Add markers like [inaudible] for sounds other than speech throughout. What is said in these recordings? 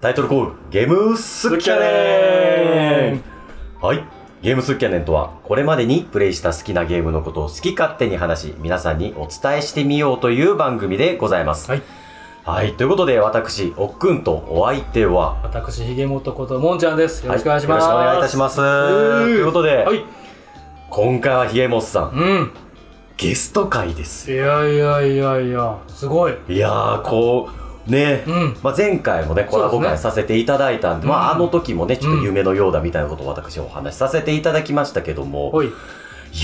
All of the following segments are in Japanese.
タイトルコール、ゲームスッキャネンはい。ゲームスッキャネンとは、これまでにプレイした好きなゲームのことを好き勝手に話し、皆さんにお伝えしてみようという番組でございます。はい。はい。ということで、私、おっくんとお相手は、私、ひげもとこともんちゃんです。よろしくお願いします。はよろしくお願いいたします。とーいうことで、はい。今回はひげもっさん、うん。ゲスト会ですいやいやいやいや、すごい。いやーこうね、うんまあ、前回もねコラボそうです会ねさせていただいたんで、まあ、あうんの時もねちょっうとん夢のようだみたいなことを私お話しさせていただきましたけども、おい。い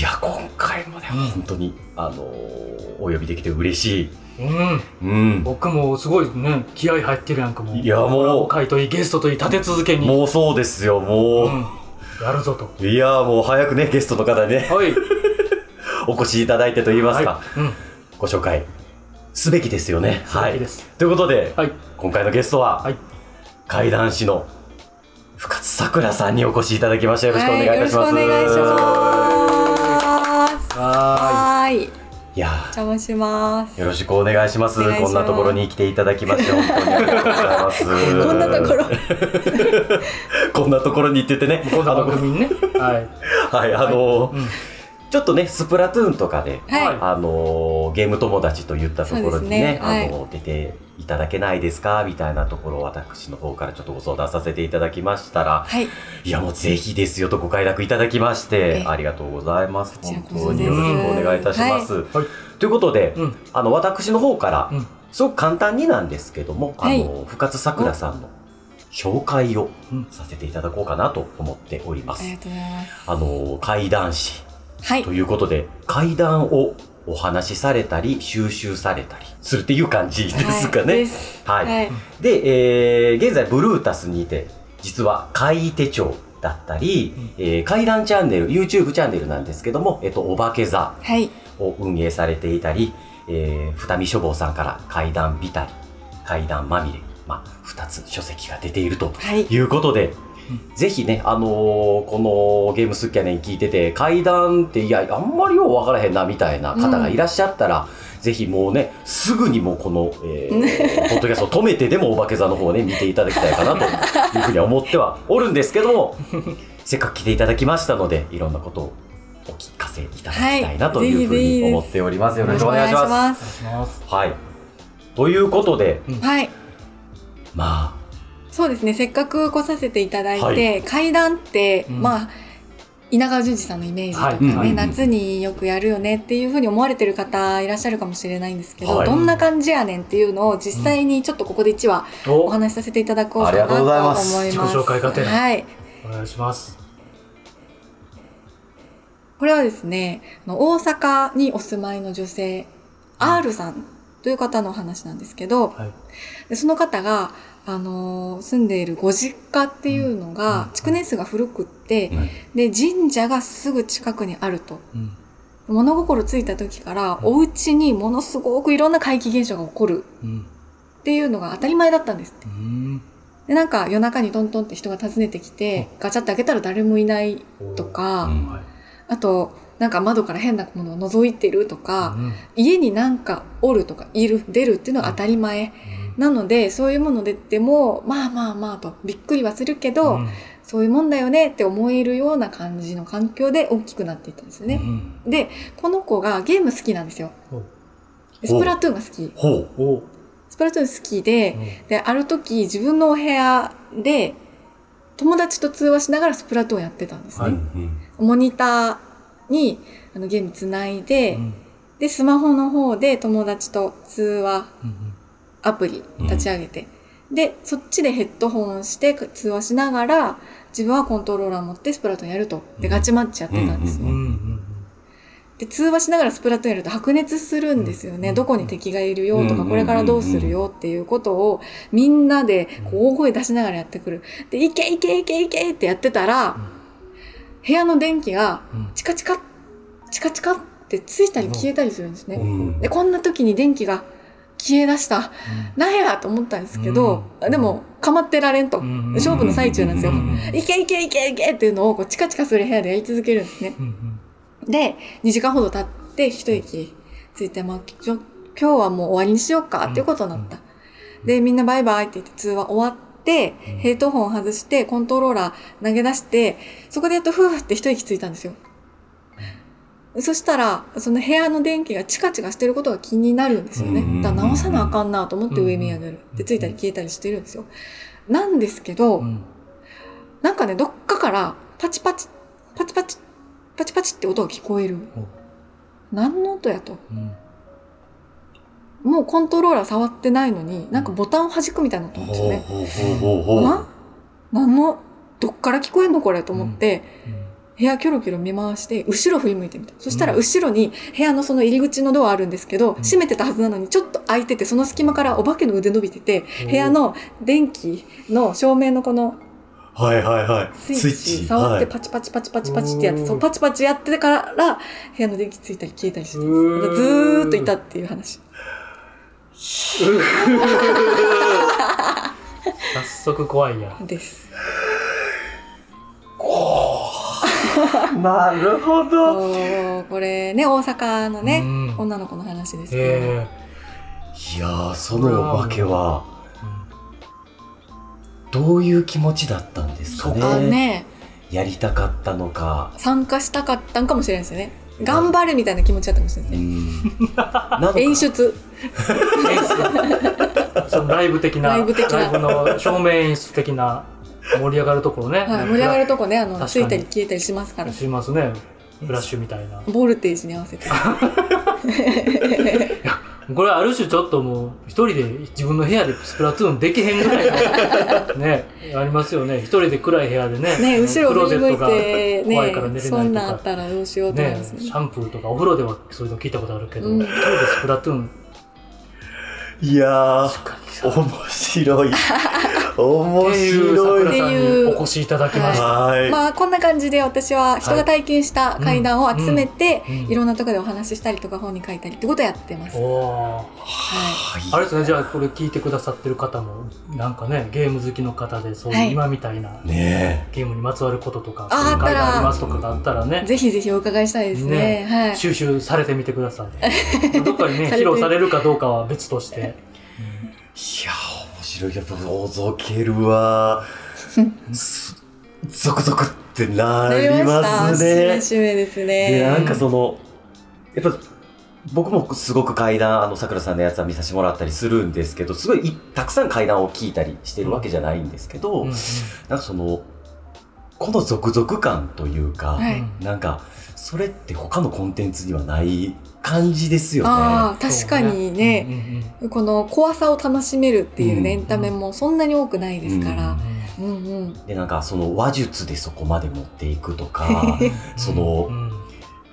や今回もねうん本当に、あのーお呼びできて嬉しい、うん。うん、僕もすごいね、気合入ってるやんかもう。いやもう回といい、ゲストといい、立て続けに。もうそうですよもうん。やるぞと。う、いやーもう早くねゲストの方にね [laughs] はい。お越しいただいてと言いますか、はい。うん。ご紹介すべきですよねすべきですはい、ということで、はい。今回のゲストは、はい。怪談師の深津さくらさんにお越しいただきましたよろしくお願いいたします、はい、よろしくお願いします。ははーい、いやお邪魔します。よろしくお願いしますお願いしまこすんなところに来ていただきまして本当にありがとうございます [laughs] こんなところ、 [laughs] こんなところに行っててねーい。こんなあの番組にね。はい。はいあのうん。ちょっとねスプラトゥーンとかではいあのゲーム友達と言ったところにねそうですねあの出ていただけないですかみたいなところを私の方からちょっとご相談させていただきましたら、はい、いやもうぜひですよとご快諾いただきましてえありがとうございますちら本こそ当によろしくお願いいたします、はいということで、うん。あの私の方から、うんすごく簡単になんですけども、はいあの深津さくらさんの紹介をうんさせていただこうかなと思っておりまありすが、とうございます。あの怪談師はいと、いうことで怪談をお話しされたり収集されたりするっていう感じですかはいでねすはい、はい、で、えー現在ブルータスにて実は怪異手帳だったり、うんえー怪談チャンネル YouTube チャンネルなんですけども、えっと、お化け座はい、を運営されていたり、えー、二見書房さんから怪談ビタリ怪談まみれ、まあ、2つ書籍が出ているとはい、いうことで、うぜひね、あのーこのゲームスッキャネン聞いてて、階段って、いや、あんまりようわからへんな、みたいな方がいらっしゃったら、ぜひもうね、すぐにもうこの、えーポッドキャストを止めてでもお化け座の方をね、見ていただきたいかなというふうには思ってはおるんですけども、せっかく来ていただきましたので、いろんなことをお聞かせいただきたいなというふうはいぜひぜひにです思っております。よろしくお願いしおま願す。いしお願いします。はい。ということで、すはい、まそうですね。せっかく来させていただいて、はい階段って、うんまあ。稲川淳二さんのイメージとかね、はいはい夏によくやるよねっていうふうに思われてる方いらっしゃるかもしれないんですけど、はいどんな感じやねんっていうのを実際にちょっとここで1話おおお話しさせていただこうかありがなととうご思いざいまますす。自己紹介がてらはい。願いします。これはですね、あの大阪にお住まいの女性、R さんという方のお話なんですけど、はい。でその方が、あのー住んでいるご実家っていうのうんが、築年数が古くって、で、神社がすぐ近くにあると。うん。物心ついた時から、お家にものすごくいろんな怪奇現象が起こるうん。っていうのが当たり前だったんですって。うん。で、なんか夜中にトントンって人が訪ねてきて、ガチャって開けたら誰もいないとあ、か、うんはい。あと、なんか窓から変なものを覗いてるとか、うん家になんかおるとかいる、出るっていうのは当たり前。なので、そういうもの出ても、まあまあまあと、びっくりはするけど、うんそういうもんだよねって思えるような感じの環境で大きくなっていったんですようね。んで、この子がゲーム好きなんですよほう。でスプラトゥーンが好き。ほう。おうスプラトゥーン好きで、で、ある時自分のお部屋で、友達と通話しながらスプラトゥーンやってたんですね。はいうんモニターにあのゲームつないで、で、スマホの方で友達と通話アプリ立ち上げて、で、そっちでヘッドホンして通話しながら、自分はコントローラー持ってスプラトゥーンやると。で、うんガチマッチやってたんですよ。うんで、通話しながらスプラトゥーンやると白熱するんですよね。うんどこに敵がいるよとか、うんこれからどうするよっていうことを、みんなでこう大声出しながらやってくる。で、いけいけいけいけってやってたら、部屋の電気がチカチカチカチカってついたり消えたりするんですうね。んでこんな時に電気が消え出したなんやと思ったんですけど、うんでも構ってられんと、勝負の最中なんですよ。うんいけいけいけいけっていうのをこうチカチカする部屋でやり続けるんですね。で2時間ほど経って一息ついて、まあ、ちょ今日はもう終わりにしようかっていうことになった。うんでみんなバイバイって言って通話終わって。て、うんヘッドホン外して、コントローラー投げ出して、そこでやっとふーって一息ついたんですよ。そしたら、その部屋の電気がチカチカしてることが気になるんですようんうんうんうね。んだから直さなあかんなと思って上見上げる。で、ついたり消えたりしてるんですよ。なんですけど、うんなんかね、どっかからパチパチ、パチパチ、パチパチって音が聞こえるお。何の音やと。うんもうコントローラー触ってないのに、なんかボタンを弾くみたいな音なんですよね。ほうほうほうほうほうあ何の、どっから聞こえんのこれと思って、部屋キョロキョロ見回して、後ろ振り向いてみた。そしたらうん後ろに部屋のその入り口のドアあるんですけど、ん閉めてたはずなのにちょっと開いてて、その隙間からお化けの腕伸びてて、部屋の電気の照明のこのはいはいはい。スイッチ触ってパチパチパチパチパチってやって、うんそうパチパチやってから部屋の電気ついたり消えたりしてます。うずーんーっといたっていう話。早速怖いやです。はいなるほど。そうこれね、大阪のうね、ん女の子の話ですけど。えいやー、そのお化けは、えうんどういう気持ちだったんですかあのね。ね、やりたかったのか。参加したかったんかもしれないですよね。頑張るみたいな気持ちだったかもしれうないですね。 [laughs] んなのか演出。そのライブ的なライブ的なライブの照明演出的な盛り上がるところね、はい、盛り上がるとこね、あの、確つかにいたり消えたりしますから。しますねフラッシュみたいなボルテージに合わせて。これある種ちょっともう一人で自分の部屋でスプラトゥーンできへんぐらいのねありますよね一人で暗い部屋でねね、後ろを振り向いて、クローゼットが怖いから寝れないね、とかそんなんあったらどうしようと思いねますシね。ャンプーとかお風呂ではそういうの聞いたことあるけど、うん一人でスプラトゥーンいやーしっ。かりさ面白 [laughs] い。面っていう白桜い。さんにお越しいただきました、はい。まあこんな感じで私は人が体験した階段を集めて、うんうんいろんなところでお話ししたりとか本に書いたりってことをやってます。おはい、おーあれですね、じゃあこれ聞いてくださってる方も、なんかね、ゲーム好きの方で、そうはいうい今みたいなねゲームにまつわることとか、あそういう会がありまあったすとらかがあったらね、ぜひぜひお伺いしたいですね。はい。収集されてみてくださ [laughs] い。どっかにね、さ披れて露されるかどうかは別として。え。いやー、面白い。やっぱ、覗ける [laughs] わ。すゾクゾクってなりますなりねま。した。締め締めですで、ね。なんかその、やっぱ、僕もすごく階段、あの、桜さんのやつは見させてもらったりするんですけど、すごいいたくさん階段を聞いたりしてるわけじゃないんですけど、うんなんかその、この続々感というか、はいなんか、それって他のコンテンツにはない感じですよね。ああ確かにね、この怖さを楽しめるっていうね、うんエンタメもそんなに多くないですから。うんうん。で、なんかその話術でそこまで持っていくとか、 [laughs] その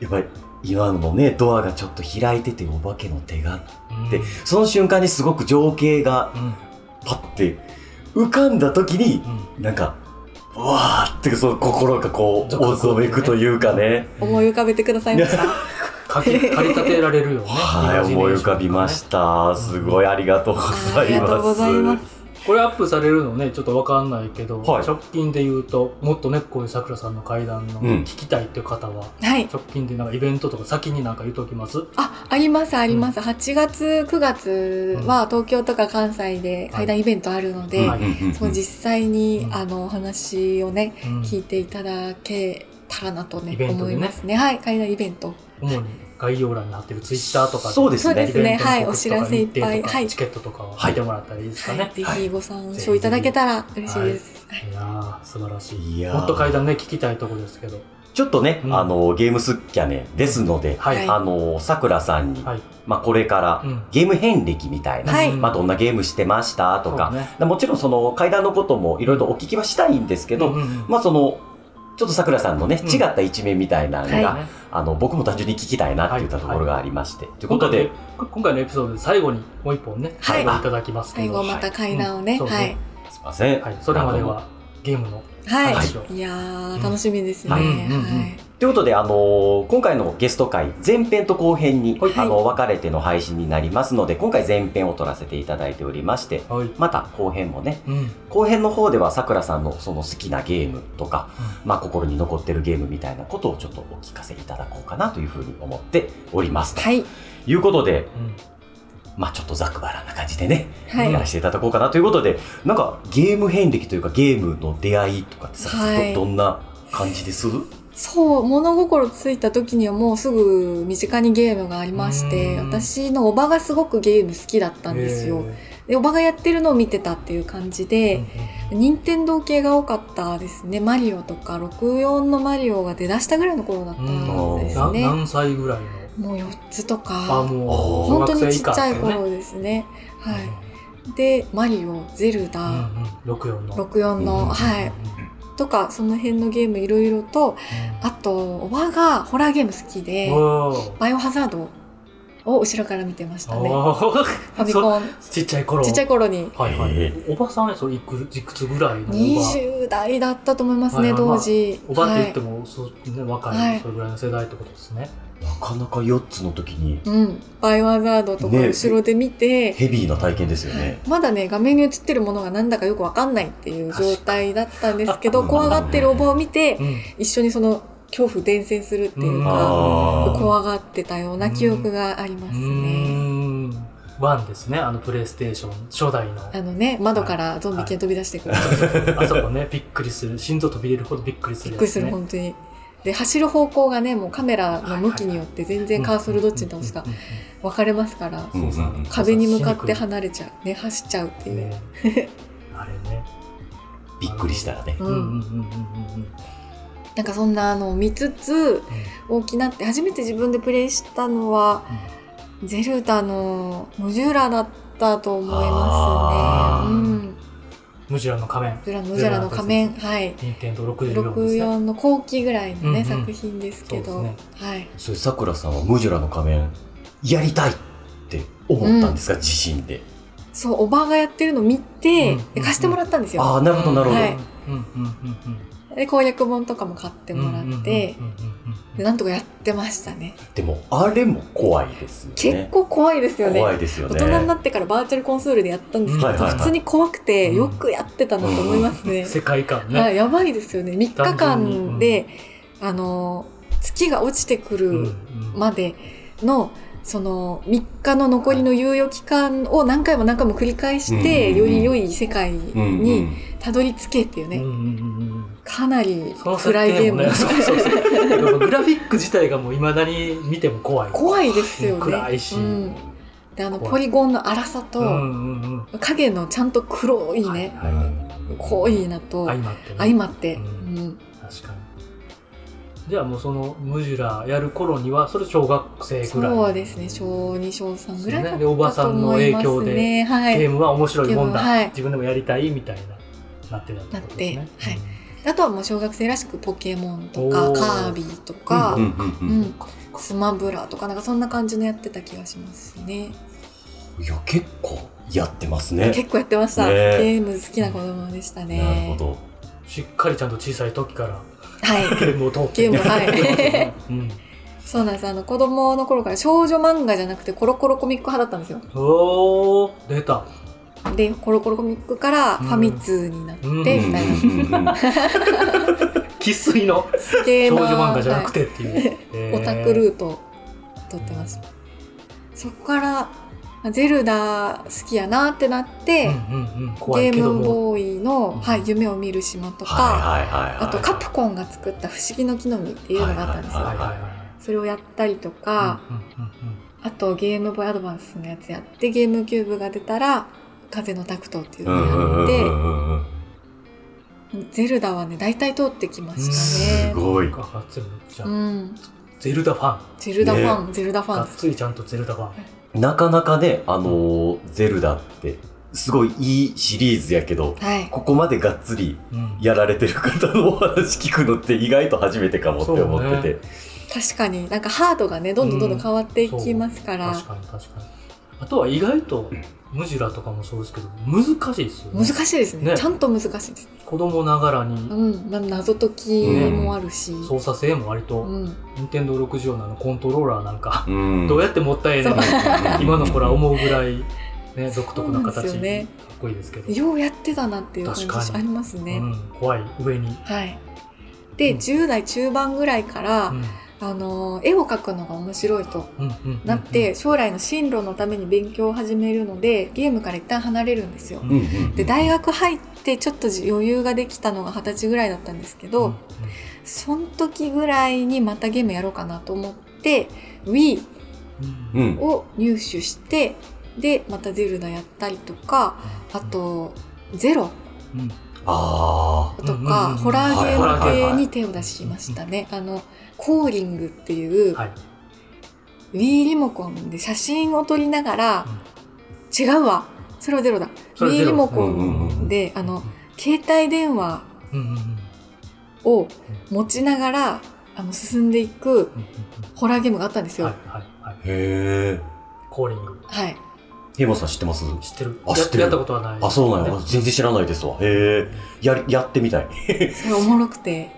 やっぱり今のね、ドアがちょっと開いててお化けの手があって、その瞬間にすごく情景がパッて浮かんだ時に、なんか、うわーってその心がこう、ゾクおゾクぞめくというかね。思 [laughs] い浮かべてくださいました。 [laughs] かき駆り立てられるよね。はい、思い浮かびまたした。すごいありがとうごあざりいがとうごま。ざいますす。これアップされるのねちょっとわかんないけど、はい直近で言うともっとねこういうさくらさんの階段のうん聞きたいっていう方は、はい。直近でなんかイベントとか先になんか言うときますあ、ありますあります。8月、9月は東京とか関西で階段イベントあるので、はいうんうんうんそう実際に、うんあのお話をねうん聞いていただけたらなとねイベント思でねいますねはい海外イベント主に概要欄に貼ってるツイッターとかそうですねそうですねはいイベントの告お知知とからせいっぱ日い程とはかい、チケットとかをはい見てもらったらいいですかね、はい、ぜひご参ぜひ照いただけたら嬉しいです、はいい、やー素晴らしいいやーもっと階段ね聞きたいとこですけどちょっとね、うんあの、ゲームスキャネですので、はい、はいあの、さくらさんに、はいまあ、これから、うんゲーム遍歴みたいな、はいまあ、どんなゲームしてましたとか、そうねでもちろんその、階段のこともいろいろお聞きはしたいんですけど、うんうんまあ、その、ちょっとさくらさんのね、うん違った一面みたいなのが、あはいあの、僕も単純に聞きたいなって言ったところがありまして、というこ今と回でで、今回のエピソードで最後にもう一本ね、はい最後いただきますけ最ど後また階段をね、そうはねいすいません。はい、それまではゲームのはい、はいい、やうんー楽しみですね、はいはい、うんうんうんということで、あのー今回のゲスト会、前編と後編に、はいあの、分かれての配信になりますので、今回前編を取らせていただいておりまして、はい、また後編もね、うん、後編の方ではさくらさんのその好きなゲームとか、まあ心に残ってるゲームみたいなことをちょっとお聞かせいただこうかなというふうに思っております。とはいいうことで、うんまあちょっとざくばらんな感じでね、はいやらせていただこうかなということで、なんかゲーム遍歴というかゲームの出会いとかってさ、はいどどんな感じですそう物心ついた時にはもうすぐ身近にゲームがありましてうん私のおばがすごくゲーム好きだったんですよ、でおばがやってるのを見てたっていう感じへでー、任天堂系が多かったですねマリオとか64のマリオが出だしたぐらいの頃だったんうでんすなね何歳ぐらいのもう4つとあかもう小本当にちっちゃい頃頃ですねはいでマリオゼルダ、六四の64の、うんはいとかその辺のゲームいろいろとあとおばがホラーゲーム好きでおーバイオハザードを後ろから見てましたねおーファミコンちっちゃい頃ちっちゃい頃にはいはい、へおばさんやそういくいくつぐらいのおば20代だったと思いますね、はいはいまあ当時おばって言っても、も、そうね、若い、はいそれぐらいの世代ってことですね。なかなか4つの時にはいうんバイオハザードとかね後ろで見て、ヘビーな体験ですよね。まだね画面に映ってるものがなんだかよくわかんないっていう状態だったんですけど確かに怖がってるおばを見てうん。一緒にその恐怖伝染するっていうかあー怖がってたような記憶がありますね。ん。ワンですね、あのプレイステーション初代の。あのね窓からゾンビ系飛び出してくる、あそこね、びっくりする。心臓飛び出るほどびっくりすびるっやくりつ、すね。る本当に。で走る方向がねもうカメラの向きによって全然カーソルどっちに倒すかうんうん分かれますからうんうんうん壁に向かって離離れちゃうね走っちゃうっていう、ね。あれね。びっくりしたらね。ううんうんうんうんうん、んうん。なんかそんなのを見つつ大きなって初めて自分でプレイしたのはゼルダのムジュラだったと思いまあすーね。うん。ムムジュラの仮面。ジュラムジュラの仮面、はい。任天堂64ですね。 64の後期ぐらいのね、うんうん作品ですけど、そうではい。それさくらさんはムジュラの仮面やりたいって思ったんですか、自身で。そう、おばあがやってるの見て、うんうんうんで貸してもらったんですよ。ああなるほどなるほど。はいうんうんうんうん。で、攻略本とかも買ってもらって、うんうんうんうんでなんとかやってましたね。でもあれも怖いですよね。結構怖いですよね。怖いですよね。大人になってからバーチャルコンソールでやったんですけど、はいはいはい普通に怖くてよくやってたなと思いますね。世界観ね、はい、やばいですよね。3日単純にう間んで、あの、月が落ちてくうんうるんまでの、その、3日の残りの猶予期間を何回も何回も繰り返して、うんより良い世界うんにたどり着けっていううんね、うんうんうんかなりその設暗いゲ定ーもムね。そうそうそう [laughs] でもグラフィック自体がもういまだに見ても怖い怖いですよね。暗いしうんで、あの、怖いポリゴンの粗さうんうと、んうん影のちゃんと黒いね、はいはい濃いなと、相まって、ね、相まって、ううんん、確かにじゃあもうそのムジュラやる頃にはそれ小学生ぐらいそうですね小2小3ぐらいそうだねっでおばたさとんの思影いま響すでねはいゲームは面白いもんだ、ゲームはい自分でもやりたいみたいななってたってことですねなってはいあとはもう小学生らしくポケモンとかおーカービィとか、ううんんうんうんスマブラとかなんかそんな感じのやってた気がしますねいや結構やってますね。結構やってました、ねえゲーム好きな子供でしたねなるほど。しっかりちゃんと小さい時からはいゲームを通ってゲームはい [laughs] うんそうなんですあの子供の頃から少女漫画じゃなくてコロコロコミック派だったんですよおお出たでコロコロコミックからファミ通になってみたい [laughs] な、生粋のスケ少ーマ女ー漫画じゃなくてっていう、はえいオタクルートを取ってましたそこからあゼルダ好きやなってなって、うんうんうん、怖ゲいけーどムもボーイの、うんはい、夢を見る島とか、はいはいはいはい。あとカプコンが作った「不思議の木の実」っていうのがあったんですよ、はいはいはいはいそれをやったりとか、うんうんうんあとゲームボーイアドバンスのやつやってゲームキューブが出たら「風のタクト」っていうのをうやっんうんうんうんてゼルダはね大体通ってきましたすねごい。なんか全部じゃあうんゼルダファンゼルダファン、ゼルダファがンっつりちゃんとゼルダファンなかなかね、あのーゼルダって、すごいいいシリーズやけど、はいここまでがっつりうんやられてる方のお話聞くのって意外と初めてかもって思ってて。確かになんかハードがねどんどんどんどん変わっていきますから、確かに確かにあとは意外とムジュラとかもそうですけど難しいですよね難しいですねねちゃんと難しいです子供ながらうにん、まあ、謎解きもあるし、操作性も割うとん、任天堂64のあのコントローラーなんかうんどうやってもったいないそう [laughs] 今の子らう。思うぐらい、ね、そう独特なそうなんで形すよかねっこいいですけど、ようやってたなっていう感じ確かあにりますね、うん、怖い上に、はいで、うん10代中盤ぐらいから、うんあの絵を描くのが面白いとうんうんうんうんなって将来の進路のために勉強を始めるのでゲームから一旦離れるんですよ。うんうんで大学入ってちょっと余裕ができたのが二十歳ぐらいだったんですけど、その時ぐらいにまたゲームやろうかなと思って Wii うんううんんを入手してでまた「ゼルダ」やったりとかあと「ゼロうんあ」とうんうんうんかホラーゲはいはいはいーはム系いに手を出しましたね。あのコーリングっていうはい Wii リモコンで写真を撮りながら違うわそれはゼロだそれは Wii ゼロリモあうコんうンんうんであの携帯電話うんうんうんうんを持ちながらあの進んでいくうんホラーゲームがあったんですうんはよい。はいはいへえコーリングはい、平本さん知ってます知ってるあ知ってるややったことはないあそうなんやね全然知らないですわへえややってみたいそれおもろくて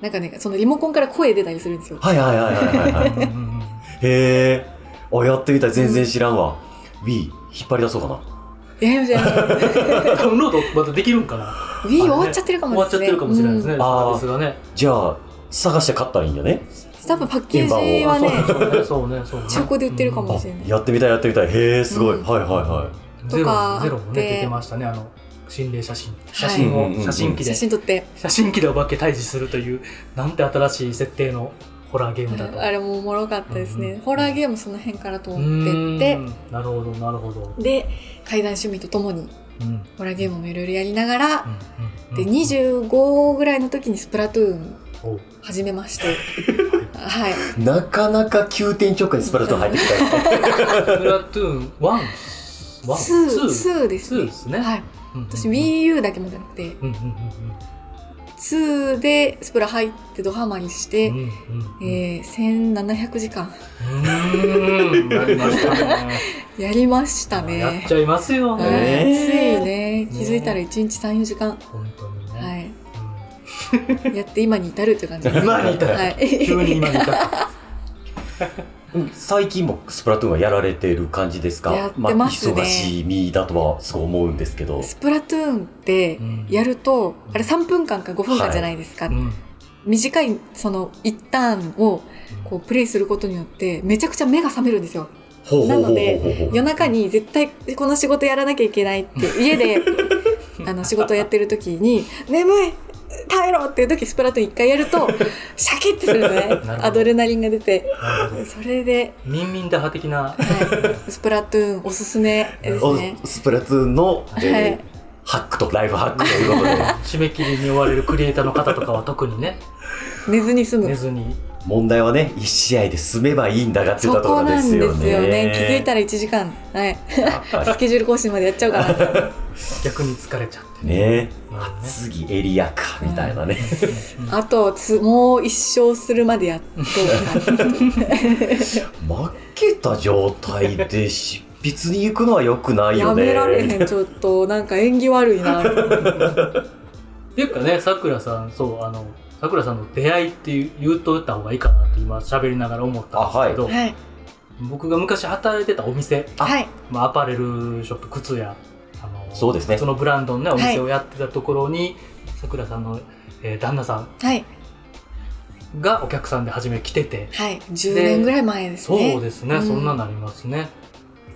なんかねそのリモコンから声出たりするんですよ。はいはいはいはいはい [laughs] はいうんうんうへんえあやってみたい全然知らんわ Wii 引っ張り出そうかなやり [laughs] ましょうやりましょうダウンロードまたできるんかな Wii 終わっちゃってるか終もわっでちゃっすね。てるかもしれないですね、うんサあーービスがねじゃあ探して買ったらいいんよね多分パッケージはあね、そうねそうねそうね中古で売ってるかもあしれないやってみたいやってみたいへえすごい、うんはいはいはゼとかあロゼロってもね出てましたねあの心霊写真写真うをんうんうん写真機で写真撮って、写真機でお化け退治するというなんて新しい設定のホラーゲームだとあれもおもろかったですね。うんホラーゲームその辺からとう思ってってー、んなるほどなるほど、で、階段趣味とともにうんうんホラーゲームもいろいろやりながら、うんで、25ぐらいの時にスプラトゥーンおう始めまして、はい。いなかなか急転直下にスパルト入ってきたス [laughs] プラトゥーン1ワンツー、ツツーでーすでね。すね、はい。うんうんうん私 Wii U だけ持ってなくて、うんうんうん2でスプラ入ってドハマりして、うんうんうんうんえー、1700時間うーんやりましたねやりました [laughs] ね。やっちゃいますよはいね、ねえついね気づいたら1日34時間、本当にね、はうんい、やって今に至るって感 [laughs] じです今に至るはい、急に今見た。最近もスプラトゥーンはやられてる感じですかやってますねあ忙しい身だとはすごい思うんですけどスプラトゥーンって [laughs] やるとあれ3分間か5分間じゃないですか、うん。短いその1ターンをこうプレイすることによってめちゃくちゃ目が覚めるんですよほうほうほうなほのうでほうほ夜中に絶対この仕事やらなきゃいけないって家であの仕事やってる時に「眠い耐えろ!」っていう時スプラトゥーン1回やるとシャキッてするのねほどアドレナリンが出てなるほど。それでミンミン打破的な。はい、スプラトゥーンおすすめですおね。スプラトゥーンの、えーはいハックとライフハックということ [laughs] で締め切りに追われるクリエイターの方とかは特にね、寝ずに済寝む。ずに。問題はね1試合で済めばいいんだがっていそうとこころなでんすでよねすよね。気づいたら1時間。はい。スケジュール更新までやっちゃうかな。逆に疲れちゃって。ねなるほどね次エリアかみたいなね、うんあとつ、もう一生するまでやっと。負けた状態で執筆に行くのは良くないやよねめられへん、ちょっと。なんか縁起悪いな。っていうかね、さくらさん、そう、あの、さくらさんの出会いっていう言うとった方がいいかなって今喋りながら思ったんですけど、はい。僕が昔働いてたお店、あはい。まあ、アパレルショップ靴やあのそうですね靴のブランドの、ね、お店をやってたところにさくらさんの、えー旦那さはい。んがお客さんで初め来ててはい。10年ぐらい前ですね。そうですね、うんそんななりますね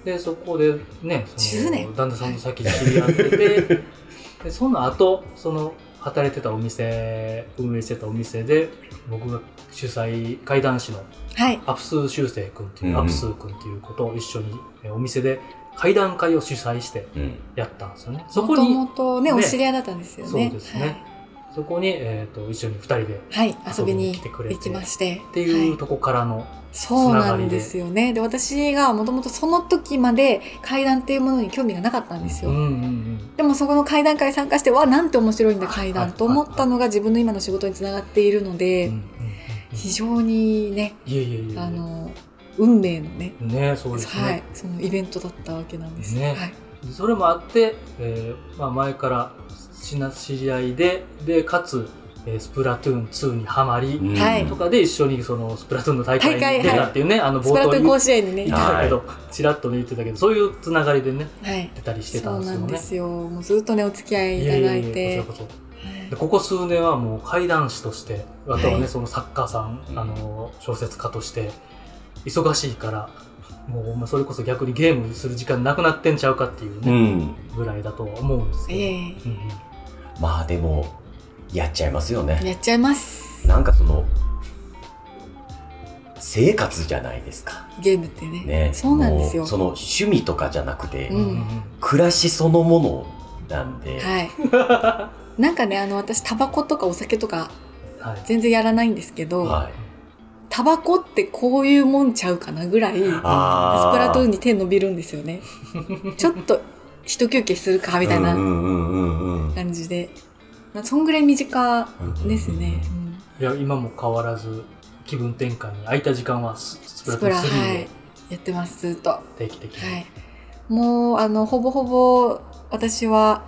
でそこでねそ10の年旦那さんと先に知り合ってて、 [laughs] でその後その働いてたお店運営してたお店で僕が主催怪談師のはい。アプスー修正君ってういう、んうんアプスー君っていうことを一緒にえーお店で怪談会を主催してうんやったんですよね。そもことにもとね、ねお知り合いだったんですよね。そうですねそこに、えー、と一緒に2人ではい。はい。遊びに遊びに来てくれて行きまして。ってはいいうとこからの、そうなんですよねで私がもともとその時まで階段っていうものに興味がなかったんですうよ、んうんうんでもそこの階段会参加してわなんて面白いんだ階は段いと思ったのが自分の今の仕事につながっているうのんで、うんうん、非常にねいやいやいやいやあの運命のねねそうですね、はい、そのイベントだったわけなんです、ねはい、それもあって、えーまあ、前から知な知り合いででかつ、えースプラトゥーン2にはまり、うんはいとかで一緒にそのスプラトゥーンの大会大会に出たっていうね、あのスプ冒ラト頭ゥにーン言甲っ子園にてね、たけど、ちらっとね言ってたけどそういうつながりでねはい、出たりしてそたんうですなよんねですよもうずっとねお付き合いいたやだやいてこちらこでここ数年はもう怪談師としてあとはね、はいその作家さん、うんあの小説家として忙しいからもうまあそれこそ逆にゲームする時間なくなってんちゃうかっていううね、ん。ぐらいだとは思うんですけど、えうんうんまあでも、やっちゃいますよえね。やっちゃいます。なんかその、生活じゃないですか。ゲームってね。ね。そうなんですもよう。その趣味とかじゃなくて、うん暮らしそのものなんで、は [laughs] い。なんかね、あの、私、タバコとかお酒とかはい全然やらないんですけど、はいタバコってこういうもんちゃうかなぐらい、スプあラトゥーンみに手伸びるんです [laughs] よね。ちょっと、一休憩するか、みたいうんなうんうんうんうん感じで。まあ、そんぐらい身近うんですね。うんいや今も変わらず気分転換に空いた時間はススプラストプゥーラ、ンは3いを。やってます、ずっと。定期的に、はい、もうあのほぼほぼ私は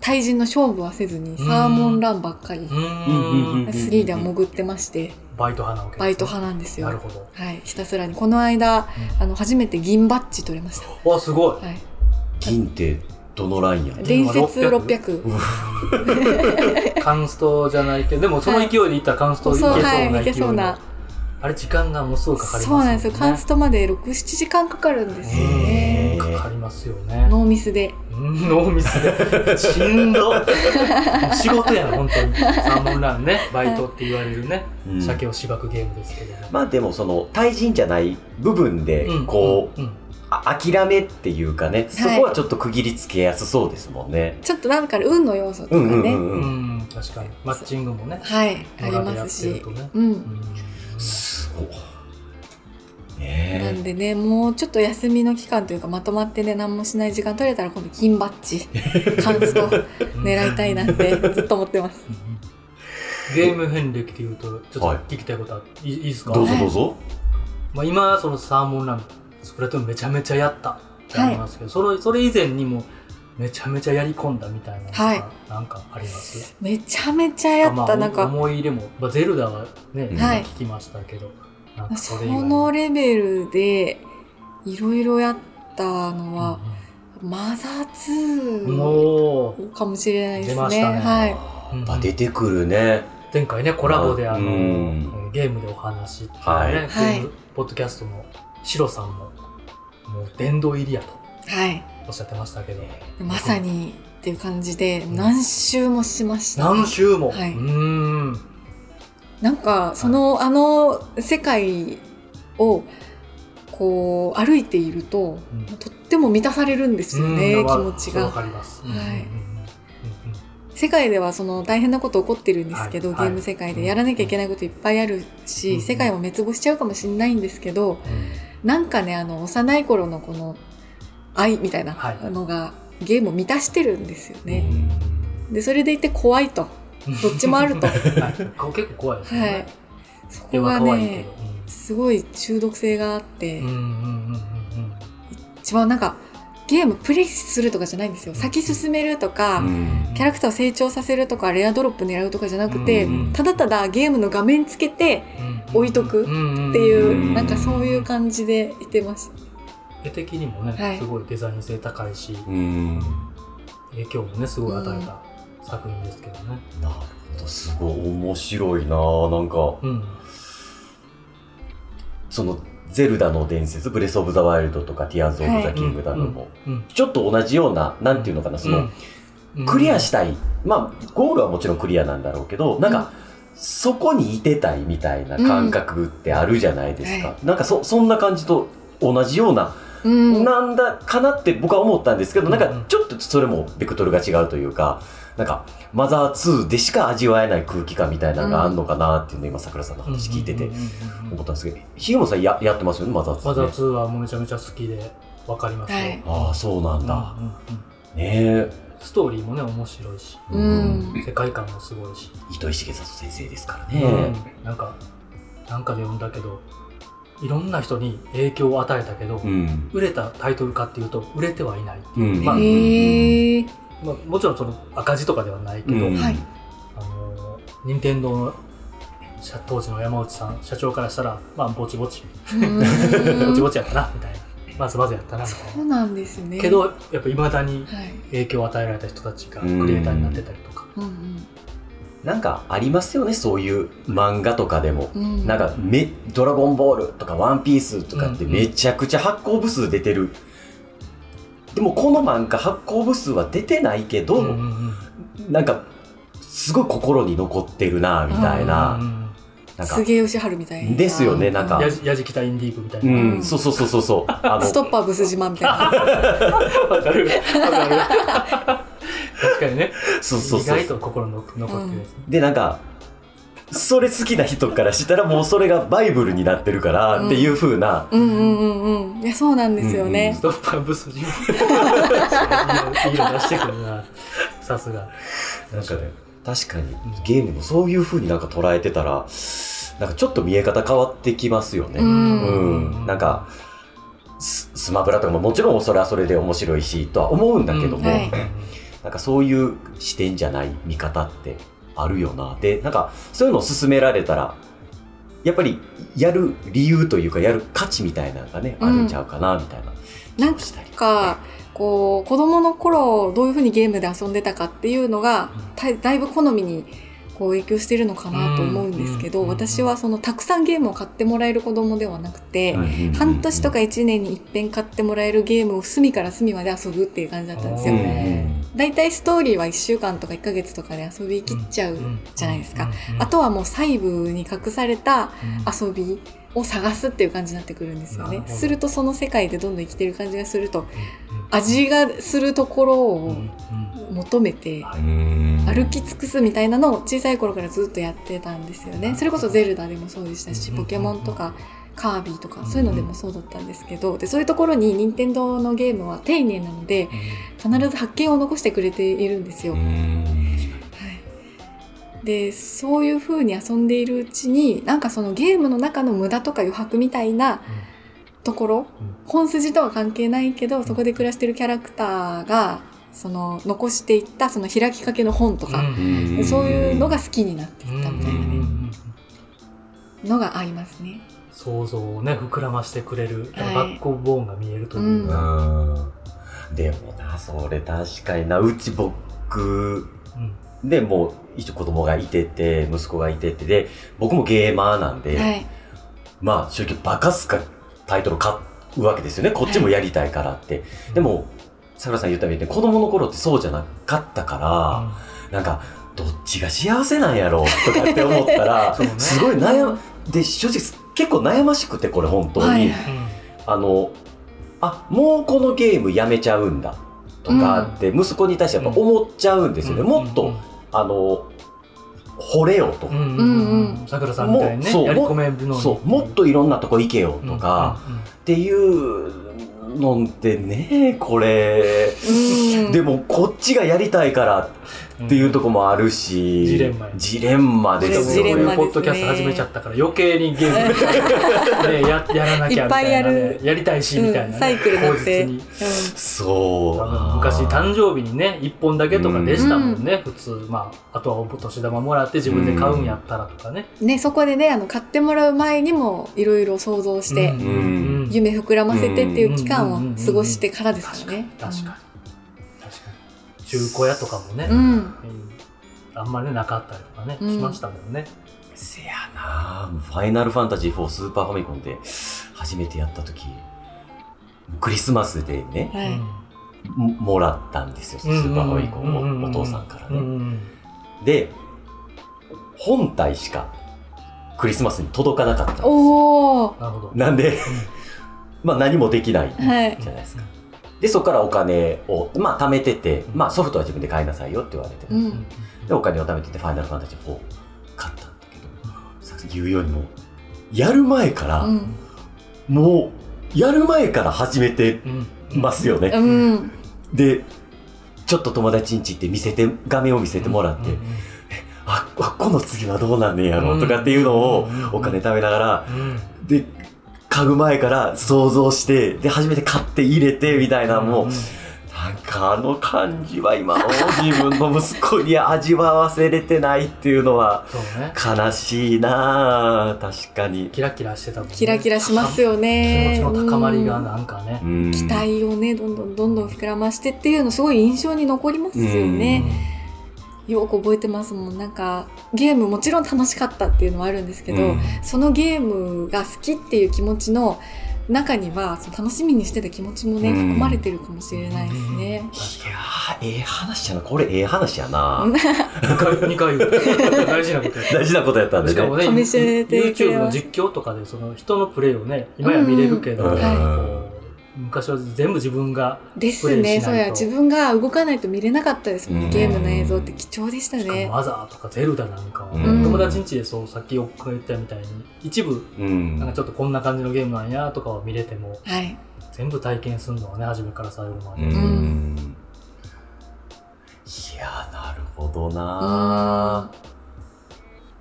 対人の勝負はせずにサーモンランばっかりうーんうん3では潜ってましてバイト派なわけですねバイト派なんですよなるほど、はいひたすらにこの間あの初めて銀バッジ取れましうんわすごいた、はい、銀ってどのラインやね伝説600 600カンストじゃないけどでもその勢いでいったらカンストいけそうそうはいない勢けいそうのなあれ時間がものすごくかかりますそうなんですよカンストトまで67時間かかるんですよへねーかかりますよねノーミスでうんノーミスでしんど仕事やな本当にサーモンランねバイトって言われるね、うん鮭をしばくゲームですけれども、まあでもその対人じゃない部分でうんこう、うんうんあ諦めっていうかね、そこはちょっと区切りつけやすそうですもんね。ちょっとなんか運の要素とかうね、んうんうんうん。うん確かにマッチングもねはいあ村りでやまっすてるしとねうんすごい。なねんでねもうちょっと休みの期間というかまとまってね何もしない時間取れたら今度金バッ [laughs] ジカンスト狙いたいなってずっと思ってますうんうんゲーム遍歴で言うとちょっと聞きたいことあって、い、いいですえ。かどうぞどうぞ。まあ、今そのサーモンランスプラトゥーンめちゃめちゃやったってありますけど、それそれ以前にもめちゃめちゃやり込んだみたいなのがはいなんかありますめちゃめちゃやった、まあなんか思い入れも、まあ、ゼルダはね、はい聞きましたけどなんかそれ以外にのレベルでいろいろやったのは、マザーうんうん2もうかもしれないです出まねしたねはいやっぱ出てくるね。前回ねコラボであの、うんゲームでお話っていうね、はいゲはいームポッドキャストのシロさんももう殿堂入りやとはいおっしゃってましたけどまさにっていう感じでん何周もしました何周も、はいうーんなんかその、あの世界をこう歩いていると、うんとっても満たされるんですよね、うん気持ちわがかります。はいうんうんうん世界ではその大変なこと起こってるんですけはど、いゲーム世界はでいやらなきゃいけないこといっぱいあるうし、ん世界も滅亡しちゃうかもしれないんですけどうんうんなんかねあの幼い頃のこの愛みたいなはいのが、ゲームを満たしてるんですようね。んでそれでいて怖いとどっちも [laughs] あると。ははいこ結構怖いですよね。い、そ絵こはが可愛いけねど。すごい中毒性があって。うんうんうんうんうん一番なんかゲームプレイするとかじゃないんですようん先進めるとうか、んうんキャラクターを成長させるとかレアドロップ狙うとかじゃなくて、うんただただゲームの画面つけてうんうん置いとくっってっていう、うんなんかそういう感じでいてます、絵的にもね、はいすごいデザイン性高いし、うん。影響もねすごい与えた作品ですけどね。なるほど。すごい面白いなぁなんか、うんその、ゼルダの伝説、ブレスオブザワイルドとか、ティアーズオブザキングダムも、うんちょっと同じような、なんていうのかな、その、うんクリアしたい、まあゴールはもちろんクリアなんだろうけどなんか、そこにいてたいみたいな感覚ってあるじゃないですか、うんなんかそそんな感じと同じような、うん、なんだかなって僕は思ったんですけどなんうんかちょっとそれもベクトルが違うというかなんかマザー2でしか味わえない空気感みたいなのがあるのかなっていうの今さくらさんの話聞いててうんうんうんうん思ったんですけどひげもさんややってますよねマザー2、ね、マザー2はもうめちゃめちゃ好きでわかりますよ。はいああそうなんだ、うんうんうんねえストーリーもね面白いし、うん世界観もすごいし。糸井重里先生ですからね、うんなんか、なんかで読んだけど、いろんな人に影響を与えたけど、うん売れたタイトルかっていうと、売れてはいない。うんまあへーまあ、もちろんその赤字とかではないけうど、んはいあの、任天堂の社 [laughs] 当時の山内さん、社長からしたら、まあ、ぼちぼち、うーんぼちぼちやったな、みたいな。まずまずやったなみたいそうなんですねなけどやっぱいまだにはい影響を与えられた人たちがクリエイターになってたりとかうんなんかありますよねそういう漫画とかでもう、んうんなんかめ「ドラゴンボール」とか「ワンピース」とかってうんうんめちゃくちゃ発行部数出てる、でもこの漫画発行部数は出てないけど、うんうんうんなんかすごい心に残ってるなみたいな,、うんうんなんかすげえ吉春みたいなですよねなんかやじやじきたインディー部みたいうな、ん、うんそうそうそうそうそう [laughs] あストッパーブス島みたいなわかるわか [laughs] る確かにねそうそう意そう外と心の残ってるやつ、でなんかそれ好きな人からしたらもうそれがバイブルになってるからっていう風な、うんうんうんうんいやそうなんですよねス、トッパーブ [laughs] ス [laughs] 自分いいの出してくるなさすがなんかね確かにんゲームもそういう風になんか捉えてたらなんかちょっと見え方変わってきますよね、うんうんなんかススマブラとかももちろんそれはそれで面白いしとは思うんだけども、うんはいなんかそういう視点じゃない見方ってあるよなでなんかそういうのを勧められたらやっぱりやる理由というかやる価値みたいなのがね、うんあるんちゃうかなみたいななん気もしたりかこう子供の頃どういうふうにゲームで遊んでたかっていうのがだだいぶ好みにこう影響してるのかなと思うんですけど、うんうん私はそのたくさんゲームを買ってもらえる子供ではなくて、うんうんうん半年とか1年に一遍買ってもらえるゲームを隅から隅まで遊ぶっていう感じだったんですうよ。んおーだいたいストーリーは1週間とか1ヶ月とかで遊びきっちゃう。じゃないですか、あとはもう細部に隠された遊びを探すっていう感じになってくるんですよなるね。ほどするとその世界でどんどん生きてる感じがするとあ味がするところを求めてうんうんうん歩き尽くすみたいなのを小さい頃からずっとやってたんですよね。それこそゼルダでもそうでしたし、うんポケモンとかカービィとかそういうのでもそうだったんですけど、でそういうところに任天堂のゲームは丁寧なので必ず発見を残してくれているんですよ。うはんい、でそういう風に遊んでいるうちになんかそのゲームの中の無駄とか余白みたいなところ、うん本筋とは関係ないけどそこで暮らしてるキャラクターがその残していったその開きかけの本とか、うんそういうのが好きになっていったみたいなね、のが合いますね。想像をね膨らましてくれるはいバックボーンが見えるというか、うんでもなそれ確かになうち僕うんでもう一応子供がいてて息子がいててで僕もゲーマーなんで、はい、まあ正直バカすかタイトル買うわけですよねこっちもやりたいからって、でもさくらさん言ったみたいに子供の頃ってそうじゃなかったかあら、なんかどっちが幸せなんやろうとかって思った [laughs] ら、そうねすごい悩むで正直結構悩ましくてこれ本当に、はいはいあのあもうこのゲームやめちゃうんだとかって息子に対してやっぱ思っちゃうんですよね、もっと、あの惚れよとか、さくらさんみたいにねもうそうやり込めるのにそうもっといろんなとこ行けよとか。うんうんっていうのってねこれうんでもこっちがやりたいからうんっていうとこもあるし、ジレンマジレンマですよジレンマねですポねッドキャスト始めちゃったから余計にゲームねややらなきゃみたいな、ね、いっぱいやるやりたいしみたいな、ねうんサイクル乗口って実にそう昔誕生日にね1本だけとかでしたもんね、普通まああとはお年玉もらって自分で買うんやったらとかね、うんね、そこでねあの買ってもらう前にもいろいろ想像して、うんうん夢膨らませてっていう期間を過ごしてからです確かからにね。確かに確かに中古屋とかもね、うんうんあんまりねなかったりとかね、うんしましたもんねせやなファイナルファンタジー4スーパーファミコンで初めてやった時クリスマスでねはいももらったんですよスーパーファミコンをお父さんからね、ねで本体しかクリスマスに届かなかったんですよおお、なるほどなんで、 [laughs] まあ何もできないじゃはい、ないですか。で、そこからお金を、まあ貯めてて、まあソフトは自分で買いなさいよって言われて、うんで、お金を貯めてて、ファイナルファンタジー4を買ったんだけど、さっき言うよりも、やる前から、うんもう、やる前から始めてうんますよね。うん、で、ちょっと友達ん家行って見せて、画面を見せてもらって、うんうんあ、あこの次はどうなんねんやろうとかっていうのをうんお金貯めながら、うんで買う前から想像してで初めて買って入れてみたいなのも、うんななんかあの感じは今の自分の息子に味わわせれてないっていうのはそうね悲しいなあ確かに。キラキラしてたもん、ね、キラキラしますよね気持ちの高まりがなんかね、うん期待をねどんどんどんどん膨らましてっていうのすごい印象に残りますよね、よく覚えてますもんなんかゲームもちろん楽しかったっていうのはあるんですけど、うんそのゲームが好きっていう気持ちの中にはその楽しみにしてた気持ちもねうん含まれてるかもしれないですね、いやあええ話やなこれええ話やなうん2回2回言う [laughs] 大事なことや大事なことやったんでしかねもね、噛み締めてくれ YouTube まのす実況とかでその人のプレイをね、今や見れるけど、うんこはう昔は全部自分が、ですねプそうレイしないやと自分が動かないと見れなかったですもん、うんゲームの映像って貴重でしたしかもねマザーとかゼルダなんかは、うん友達ん家でそう、さっき僕が言ったみたいに、一部、うんなんかちょっとこんな感じのゲームなんやとかは見れても、はい全部体験するのはね、初めから最後まうで。んんいやなるほどな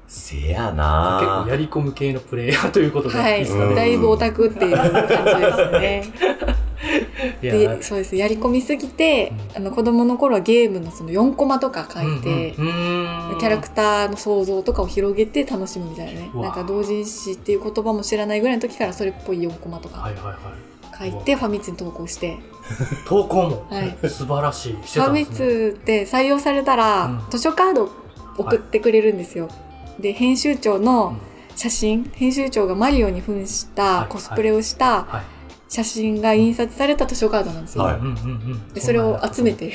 せやな結構やり込む系のプレイヤーということで、はでいすかうんねだいぶオタクっていう感じですねいやでそうですやり込みすぎて、あの子供の頃はゲームのその4コマとか書いて、うんうんうんキャラクターの想像とかを広げて楽しむみたいなねうわなんか同人誌っていう言葉も知らないぐらいの時からそれっぽい4コマとはかいはいはい。書いてファミツに投稿して投稿もはい素晴らしい。してフたァんでミすね。ツって採用されたら、うん図書カード送ってくれるんですよ。で編集長の写真、編集長がマリオに扮しはたいコスプレをしたはい。写真が印刷された図書カードなんですよ。はいうんうんうんでそれを集め。て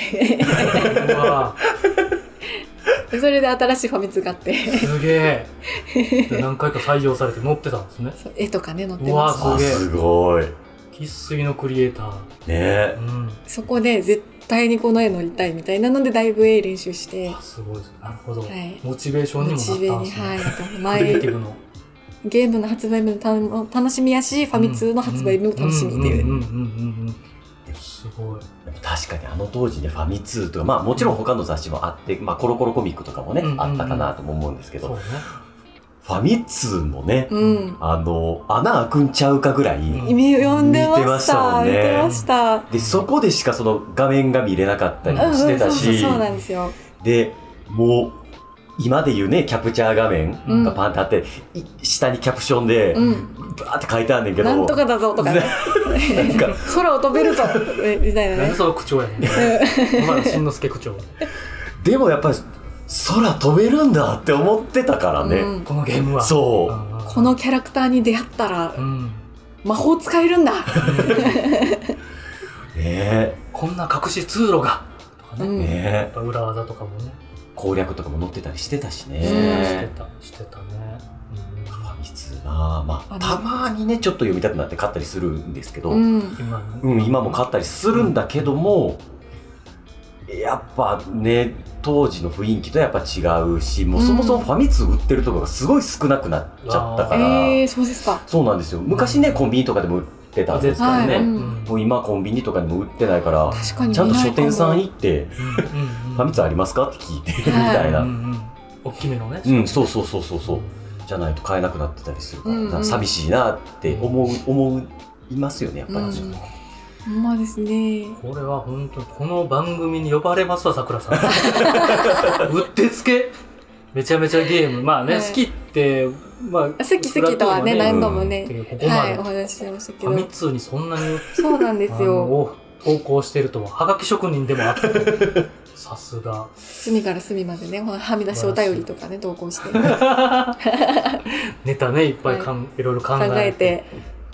うわで [laughs] それで新しいファミツがあって [laughs] すげえ。で何回か採用されて載ってたんですね。そう絵とかね載ってうわますあすげえすごいね生粋のクリエイター。えうん。そこで絶対にこの絵乗りたいみたいなのでだいぶ絵練習して、あすごいです。なるほどはい。モチベーションにもモチベなったんでに、すはね。い、クリエイテ [laughs] ィ前ブのゲームの発売日のたの楽しみやし、ファミ通の発売日も楽しみっていう。んんんうんうんうん。すごい。でも確かにあの当時ねファミ通とかまあもちろん他の雑誌もあって、まあ、コロコロコミックとかもね、うんうんあったかなとも思うんですけど、そうね。ファミ通もね、うん。あの穴開くんちゃうかぐらい、ん意味読んでま見てまししたもた。ん見ねてました。でそこでしかその画面が見れなかったりうんうもん、してたそうし、そうそうなんですよ。でもう今で言うねキャプチャー画面うんがパンってあって、い下にキャプションで、うん。バーって書いてあんねんけどなんとかだぞとか、ね、 [laughs] なんか空を飛べるぞえみたいななんねで。その口調やねん。お前らしんのすけ口調。でもやっぱり空飛べるんだって思ってたからね、うんこのゲームは。そう、んんんこのキャラクターに出会ったらうん。魔法使えるんだ。ねこんな隠し通路がとかうえね、ん。ねやっえぱ裏技とかもね、攻略とかも載ってたりしてたしね、してねたしてたね、ファミ通なまああのたまにねちょっと読みたくなって買ったりするんですけど、ううんん。うん、今ね今も買ったりするんだけども、やっぱね当時の雰囲気とやっぱ違うしもうそもそもファミ通売ってるところがすごい少なくなっちゃったから、えー、そうですか。そうなんですよ昔ねコンビニとかでも売ってたんですけどね、はいうんもう今コンビニとかにも売ってないから確かにちゃんと書店さん行見って「ファミみ通ありますか?」って聞いてみはいたいな、大きめのね、うん、そうそうそうそうそうじゃないと買えなくなってたりするから、うんうんな寂しいなって思う思いますよねやっぱり、うんほんまですね。これは本当この番組に呼ばれますわさくらさ [laughs] んうってつけめちゃめちゃゲームまあね、はい好きってまあ好き好きとはねフラット何な度もってね、いうここまはで、いおフ話ししてましたけァミど、通にそんなにそうなんですあよ。の投稿してるとははがき職人でもあった [laughs] さすが隅から隅までね、ほらはみ出しお便りとかね投稿して [laughs] ネタねいっぱいかん、い、ろいろ考考えてえて、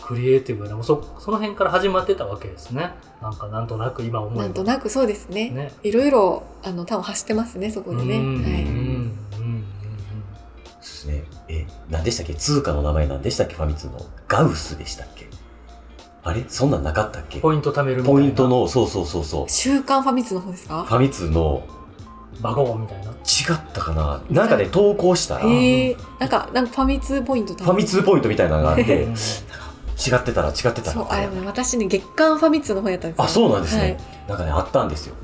クリエイティブなもうそその辺から始まってたわけですねなんかなんとなく今思えばなんとなくそうですね。ねいろいろあの多分走ってますねそこでね。うんうんはい。うんうんですねえ何でしたっけ通貨の名前何でしたっけファミ通のガウスでしたっけあれそんなんなかったっうけんポイント貯めるみたいなポイントのそうそうそうそう週刊ファミツの方ですフか？ァミ通のバゴンみたいな違ったかななんかね投稿したらフへえ。なんかなんかファミツポイント多ァ分ミ通ポイントみたいなのがあって違うんってたら違ってたそうらあれも私ね月刊ファミツの方やったんですよ。あそうなんですね、はいなんかねあったんですよ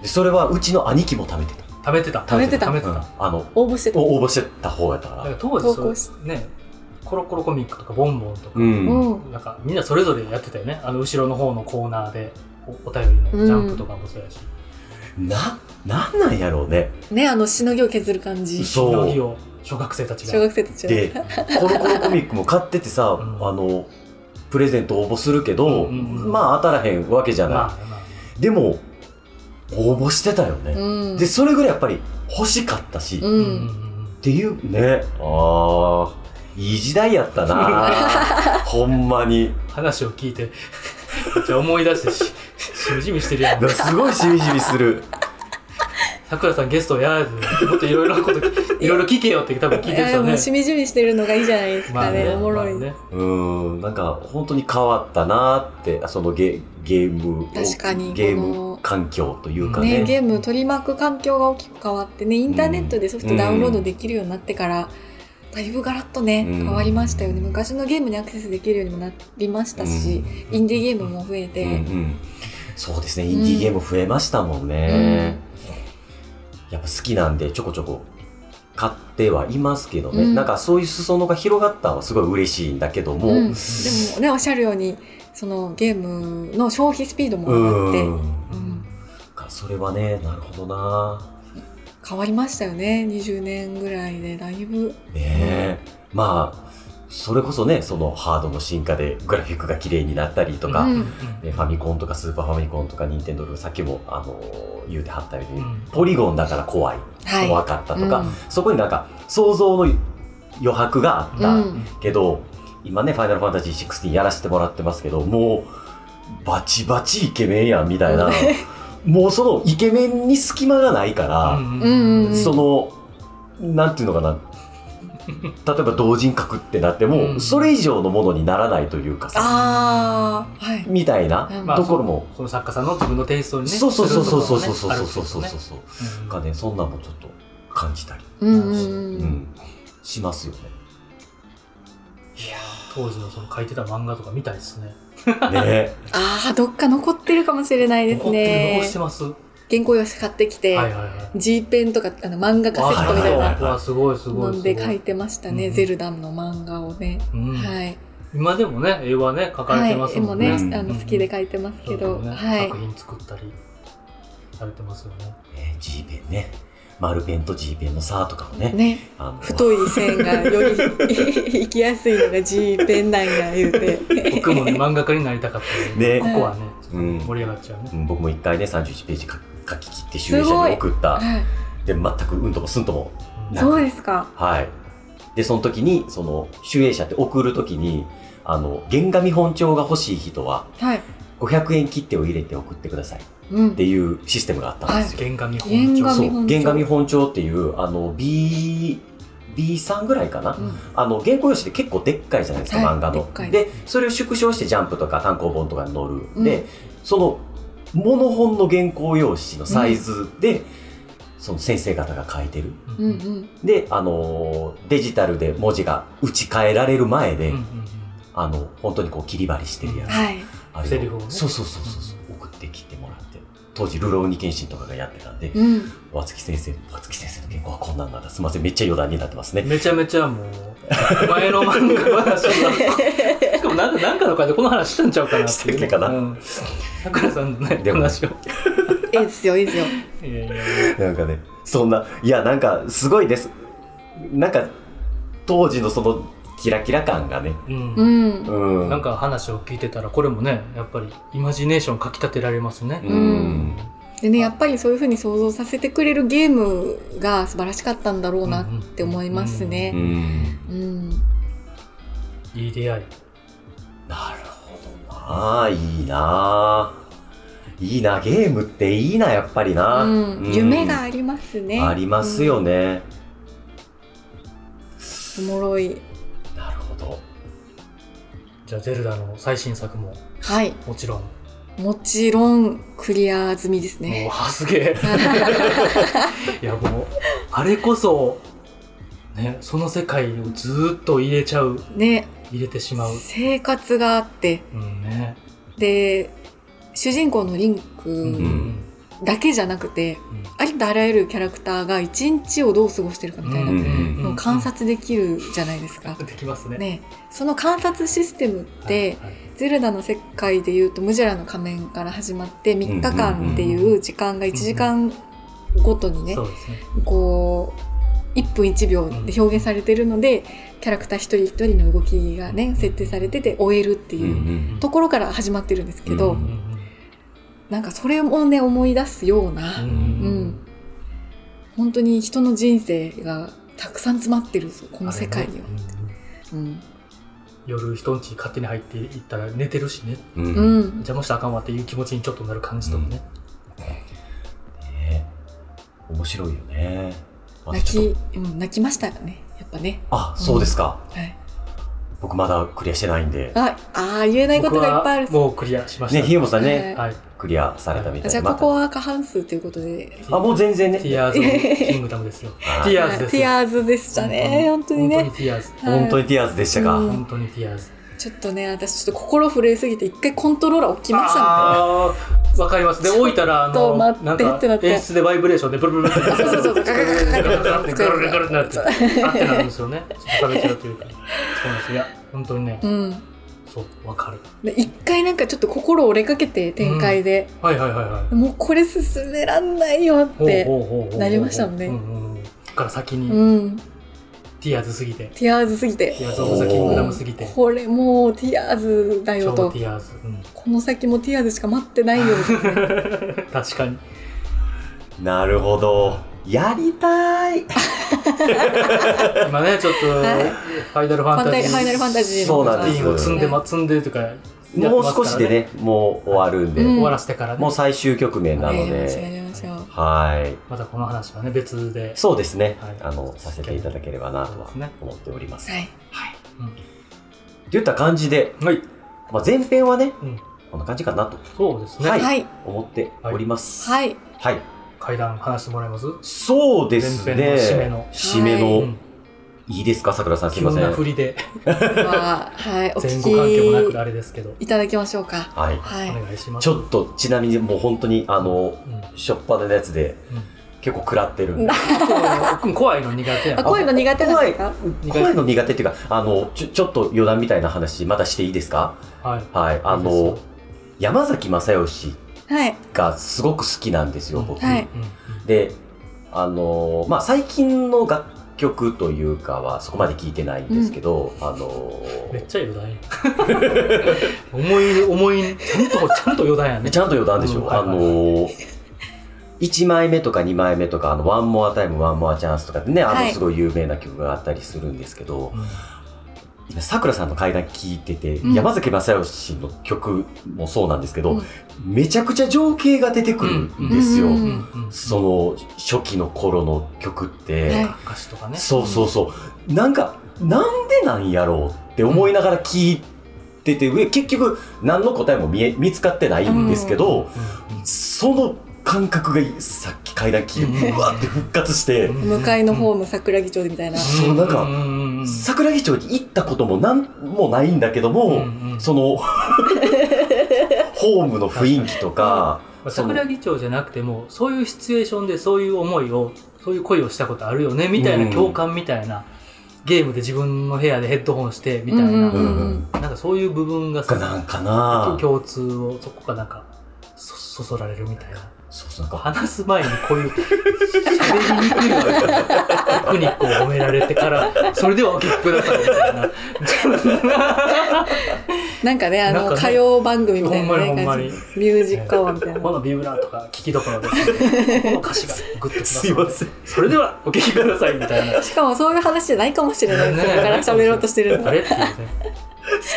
でそれはうちの兄貴も貯めてた貯めてた貯めてた貯めてた、うんだかあの応募してた。お応募してた方やったからら当時投そう稿しねコロコロコミックとかボンボンとか、うん、うん。なんかみんなそれぞれやってたよねあの後ろの方のコーナーでおお便りのジャンプとかもそうやし、な、なんなんやろうね。ね、あの、しのぎを削る感じ。そそうの日を小学生たち小が。学生たちはで、コロコロコミックも買っててさ、うんあの、プレゼント応募するけど、うんうんうんまあ当たらへんわけじゃない。まあね、まあねでも、応募してたよね。うん。で、それぐらいやっぱり欲しかったし、うっうんん。ていうね。ああ、いい時代やった [laughs] な。ほんまに。話を聞いて、 [laughs] めっちゃ思い出してし、しみじみしてるやん。すごいしみじみする。さくらさんゲストやらず、もっといろいろなこと、いろいろ聞けよって多分聞いてるえ人ーもねう。しみじみしてるのがいいじゃないですまかあね。ね、おもろい。まあね。うん、なんか本当に変わったなって、あそのゲゲームを確かにゲーこのム環境というかね。ね、ゲームを取り巻く環境が大きく変わってねインターネットでソフトダウンロードできるようになってから、だいぶガラッとね、うん変わりましたよね昔のゲームにアクセスできるようにもなりましたし、インディーゲームも増えて、うんうんそうですね、インディーゲーム増えましたもんね。やっぱ好きなんで、ちょこちょこ買ってはいますけどね、うんなんかそういう裾野が広がったのはすごい嬉しいんだけども、うんでもねおっしゃるようにそのゲームの消費スピードも上がって、うんうんかそれはね、なるほどな。変わりましたよね20年ぐらいでだいぶねえ、まあ、それこそね、そのハードの進化でグラフィックが綺麗になったりとか、うんねファミコンとかスーパーファミコンとかニンテンドーさっきも、あのー言うてはったように、うんポリゴンだから怖い、はい怖かったとか、うんそこになんか想像の余白があっうたんけど、今ね「ファイナルファンタジー16」やらせてもらってますけどもうバチバチイケメンやんみたいな [laughs] もうそのイケメンに隙間がないから、んうんうんそのなんていうのかな例えば同人格ってなっても、うんそれ以上のものにならないというかさ [laughs] ああはいみたいなうんところも、その作家さんの自分のテイストにね。そうそうそうそうそうそうすそるうところもねそうそうそあるんうですそうよねなんかねそんなんもちょっと感じたり、うんうんううんん、しますよね。当時のその書いてた漫画とか見たいですね。 [laughs] ねああどっか残ってるかもしれないです残ってるね残してます。は原稿用紙買ってきて、いはいはい。 G ペンとかあの漫画カセットみたいはいなはわあすごいすごのいすんごい。で書いてましたうねんゼルダの漫画をね、うんはい、今でもね絵はね描かはれい、てます絵ももんね。ね、うんあの好きで書いてますけど、そうだよねはい作品作ったりされてますよね。ね G ペンね丸ペンと G ペンの差とかもねねあの太い線がより行きやすいのが G ペンなんや言うて [laughs] 僕 [laughs] もね漫画家になりたかったんでねここはねうん盛り上がっちゃうねう。ん僕も一回ね31ページ書書き切って集英社に送ったはいで全くうんともすんともうんそうですかはいでその時にその集英社って送る時にあの原画見本帳が欲しい人ははい500円切手を入れて送ってくださいっうんていうシステムがあったんですよ、原画見本原画帳そう本帳原画見本帳っていうあの B B3 ぐらいかな、うんあの原稿用紙って結構でっかいじゃないですか、はい漫画でっのかいでそれを縮小してジャンプとか単行本とかに載る、うんでそのモノ本の原稿用紙のサイズで、その先生方が書いてるうんうんで、あのーデジタルで文字が打ち替えられる前で、うんうんあの本当にこう切り張りしてるやつ、はいあれセリフをねそうそうそうそうそう送ってきてもらって当時「流浪に剣心」とかがやってたんでうん和月先生和月先生の原稿はこんなんなんだすみませんめっちゃ余談になってますね [laughs] うんめちゃめちゃもう前の漫画 [laughs] 話をしかもなんかなんかの回でこの話したんちゃうかなっていうしてっけかなうんさくらさんのねでも話をいいですよいいですよいやいやいやなんかね、そんな、いや、なんか、すごいです。なんか、当時のその、キラキラ感がね。うんうんうん。なん、か話を聞いてたらこれもねやっぱりイマジネーションかきたてられますねう。うんん。でねやっぱりそういうふうに想像させてくれるゲームが素晴らしかったんだろうなって思いますうね。ん。うんいい出会い。なるほどなあいいなあいいなゲームっていいな、やっぱりな。うんうん夢がありますね。ありますよね。うん。おもろい。なるほど。じゃあゼルダの最新作もはい。もちろん。もちろんクリア済みですもうね。わすげ [laughs] え。いやもうあれこそねその世界をずーっと入れちゃうね、入れてしまう。生活があってうんね。で主人公のリンうクんんだけじゃなくてうんありとあらゆるキャラクターが一日をどう過ごしてるかみたいなうんのを観察できるじゃないですか。できますね。ね、その観察システムってはいはいゼルダの世界でいうとムジェラの仮面から始まって3日間っていう時間が1時間ごとにねそうですね。こう1分1秒で表現されてるのでキャラクター一人一人の動きがね設定されてて終えるってうんういうんところから始まってるんですけど、うんなんかそれをね思い出すような、うん本当に人の人生がたくさん詰まってるんですよこの世界にはあれ。ねうん夜人んち勝手に入っていったら寝てるしねうんうんうん邪魔したらあかんわっていう気持ちにちょっとなる感じとかね、ね面白いよね。また泣ちょっとき、うん、泣きましたねやっぱね、あ、そうですか。はい、僕まだクリアしてないんで。ああー言えないことがいっぱいある僕はもうクリアしましたね、ひよもさんね、ははいクリアされたみたいいじゃで。あまたここは過半数ということであ、もう全然テね。ィアーズ・キングダムですよはいティアーズですティアーズでしたね本当に本ね当にティアーズはい本当にティアーズでしたか。うん本当にティアーズちょっとね私ちょっと心震えすぎて一回コントローラー置きましたあーわかりますで置いたらあちょのっと待ってなんってなっかて演出でバイブレーションでブルブルブルブルそうそうそうブルブルブルブルそうガルガルガルガルなってあってなるんですよねちょっと喋っちゃうというかそうなんですいや本当にねもんうんそうわかるで一回なんかちょっと心折れかけて展開で、はいはいはいはいもうこれ進めらんないよってほうほうほうほうほうなりましたもんねうんうんだから先うにんティアーズすぎてティアーズすぎてティアーズ・オブ・ザ・キングダムすぎてこれもうティアーズだよ超とティアーズ、うん、この先もティアーズしか待ってないよ確かになるほど。やりたい。今ねちょっとフはいァイナルファンタジーファイナルファンタジーそうなんテでィすーンを積んでま積んでというかやってもうますから少しでね、もう終わるんで、うん終わらせてからねもう最終局面なのやり [laughs] ましょうやで、りましょうはい。またこの話はね別でそうですね、はいあの、させていただければなとはそうですね思っております。はいはい。うといった感じで、んはいまあ、前編はね、うんこんな感じかなとそうですね、ははいいはい、思っております。い。はいはい。階段話してもらえますそうですね。前編の締めの、ういん、いですか、桜さん、すい急ませ。なん振りでまあはい、お前後関係もな聞くあれですけどきいただきましょうかはい。はいお願いしますちょっと、ちなみにもう本当に、あの、うんしょっぱなのやつで、うん結構食らってるんで。僕も怖いの苦手やあな怖いの苦手なんですか苦怖いの苦手っていうか、あの、ちょ、ちょっと余談みたいな話、まだしていいですか手はいはい。あいいでのすよ、山崎正義はいがすごく好きなんですよ、僕。はいうんうんで、あの、まあ、最近の楽曲というかは、そこまで聞いてないんですけど、あの、めっちゃ余談や思い思いちゃんとちゃんと余談やねちゃんと余談でしょ、うんはいあはいはいの1枚目とか2枚目とか「あのワンモアタイムワンモアチャンスとかでねあはのいすごい有名な曲があったりするんですけど、うん今さくらさんの階段聞いてて、うん山崎正義の曲もそうなんですけど、うんめちゃくちゃ情景が出てくるんですよ、うんうんうんその初期の頃の曲って、はい歌詞とかねそうそうそうなんかなんでなんやろうって思いながら聞いてて、上結局何の答えも見え見つかってないんですけど、その感覚がさっき階段聞いてうんうわって復活して、向かいのホーもム桜木町でみたいなそうなんかさ桜木町に行ったこともなんもないんだけども、そのホームの雰囲気とか、その桜木町じゃなくてもそういうシチュエーションでそういう思いをそういう恋をしたことあるよねみたいうんな共感みたいなゲームで自分の部屋でヘッドホンしてみたいなうんうなんううんん、んかそういう部分ががなんかな共通をそこがなんかそそそられるみたいなそうそうなんか話す前にこういう喋りにくいわよテクニックを褒められてからそれではお聞きくださいみたいななんかねあなんかのね歌謡番組みたいなほんまにねほんま感にじミュージックアワーみた [laughs] いなこのビブラートが聞きどころです、この歌詞がグッときますすいませんそれではお聞きくださいみたいなしかもそういう話じゃないかもしれないですだから喋ろうとしてるのあれっていうね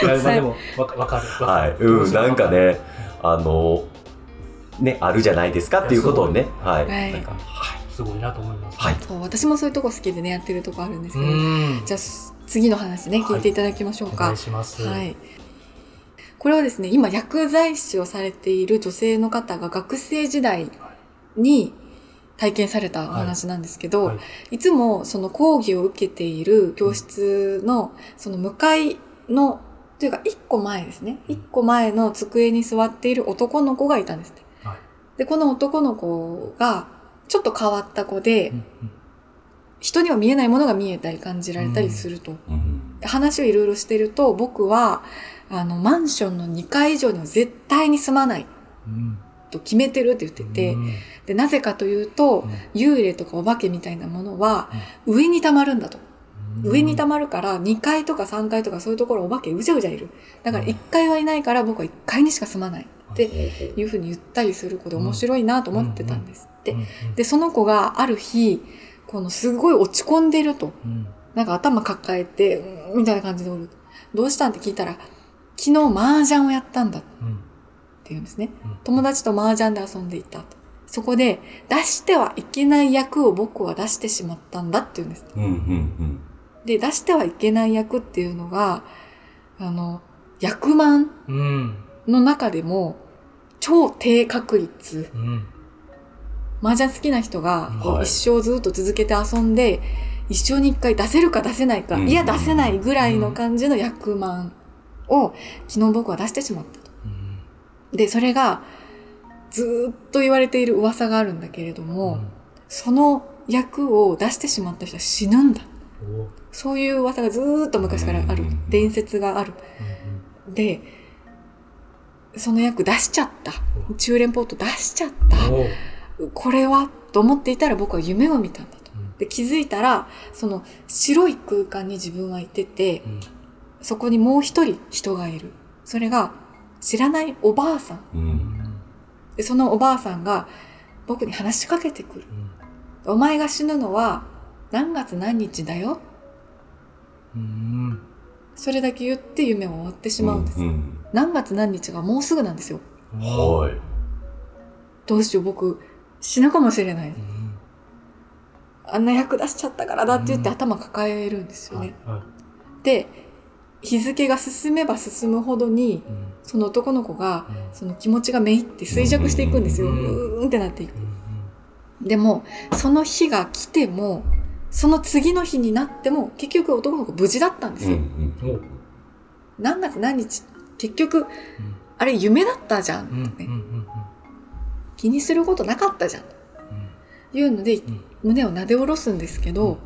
いやまあでもわかわかるわかはいるうんなんかねあのねあるじゃないですかっていうことをねはい、はいなんかはいすごいなと思いますはいそう私もそういうとこ好きでねやってるとこあるんですうけどんじゃあ次の話ね聞いていただきましょうおか願いしますはい。これはですね、今薬剤師をされている女性の方が学生時代に体験されたお話なんですけはど、いいはいつもその講義を受けている教室のその向かいの、というか一個前ですね。一個前の机に座っている男の子がいたんですね。はいで、この男の子が、ちょっと変わった子で、うんうん人には見えないものが見えたり感じられたりすると。うん話をいろいろしてると、僕は、あの、マンションの2階以上には絶対に住まないうんと決めてるって言ってて、うんで、なぜかというと、幽霊とかお化けみたいなものは、上に溜まるんだと。うん上に溜まるから、2階とか3階とかそういうところお化けうじゃうじゃいる。だから1階はいないから僕は1階にしか住まないっていうふうに言ったりする子で面白いなと思ってたんですってう。んで、その子がある日、このすごい落ち込んでいると。うんなんか頭抱えて、うーんみたいな感じでおる。どうしたんって聞いたら、昨日麻雀をやったんだってうん言うんですね。うん友達と麻雀で遊んでいたと。そこで、出してはいけない役を僕は出してしまったんだって言うんです。うんうんで、出してはいけない役っていうのが、あの、役満うんの中でも、超低確率。うん麻雀好きな人が、こうはい一生ずっと続けて遊んで、一生に一回出せるか出せないか、うんいや出せないぐらいの感じの役満を、昨日僕は出してしまったと。うんで、それが、ずーっと言われている噂があるんだけれども、その役を出してしまった人は死ぬんだ。うんおうそういう噂がずーっと昔からあるうん。伝説がある。で、その役出しちゃった。中連ポート出しちゃっうんた。おうこれはと思っていたら僕は夢を見たんだとうん。で、気づいたら、その白い空間に自分はいてて、うんそこにもう一人人がいる。それが、知らないおばあさん。うんうんで、そのおばあさんが僕に話しかけてくる。うんお前が死ぬのは何月何日だよ。うんそれだけ言って夢を終わってしまうんです。うん何月何日がもうすぐなんですよ。うんはいどうしよう、僕、死ぬかもしれない。うんあんな役出しちゃったからだって言ってうん頭抱えるんですよね。はいで、日付が進めば進むほどに、うんその男の子が、うんその気持ちがめいって衰弱していくんですよ。ううんーんってなっていく。うんでも、その日が来ても、その次の日になっても、結局男の子無事だったんですうんうんうよ。んおう何月何日、結局、うんあれ夢だったじゃうんうんん。とかねうん気にすることなかったじゃん。いうので、ん胸をなで下ろすんですけうんど、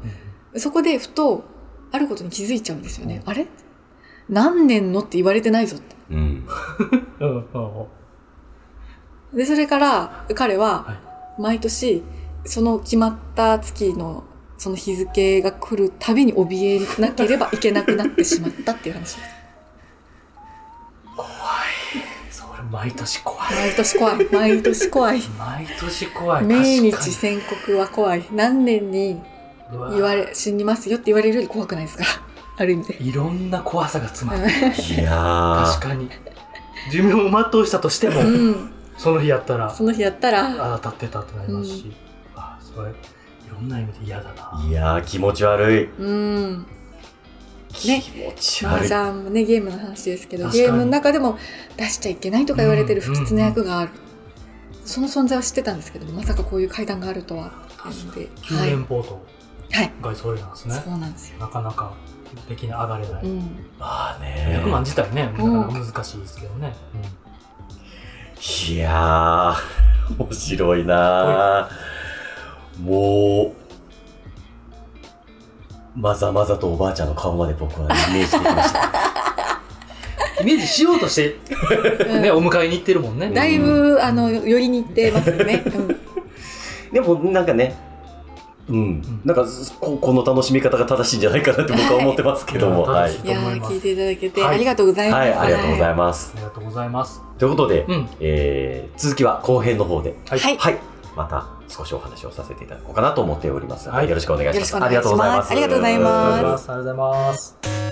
そこでふと、あることに気づいちゃうんですよね。あれ何年のって言われてないぞって。うんうんうんうんで、それから彼はは、毎年、その決まった月の、その日付が来るたびに怯えなければいけなくなってしまったっていう [laughs] 話です。それ毎年怖い毎年怖 [laughs] い。毎年怖い。毎年怖い命日確宣告は怖い。何年にかにうわ言われ、死にますよって言われるより怖くないですかある意味で。いろんな怖さが詰まってるいや確かに寿命を全うしたとしてもうん。その日やったらその日やったら、ああ当たってたってなりますし、あそれいろんな意味で嫌だな、いやー気持ち悪いうん。気持ち麻悪い雀もね、ゲームの話ですけど、確かにゲームの中でも出しちゃいけないとか言われてる不吉な役がある。その存在は知ってたんですけど、まさかこういう階段があるとは。確かでに救はい。援ポートはい。がそれなんですね、そうなんですよ。なかなかできない上がれない、うん。まあね100万自体ねなかうんなか難しいですけどね、うんいやー、面白いなー。もう、まざまざとおばあちゃんの顔まで僕はイメージできま [laughs] した。イメージしようとして、ね、お迎えに行ってるもんね、だいぶ、あの、寄りに行ってますよ [laughs] ね。うん。でもなんかね、うん、なんかここの楽しみ方が正しいんじゃないかなって僕は思ってますけども。ははいい、いや思いー、ます聞いていただけてはいありがとうございます。はい、ありがとうございいますあ。りがとうございますということで、うんえー続きは後編の方で、はい、はいはい、また少しお話をさせていただこうかなと思っておりますので、はいよろしくお願いしよまろしす。くお願いしますありがとうございます。ありがとうございありがとうございまますありがとうございます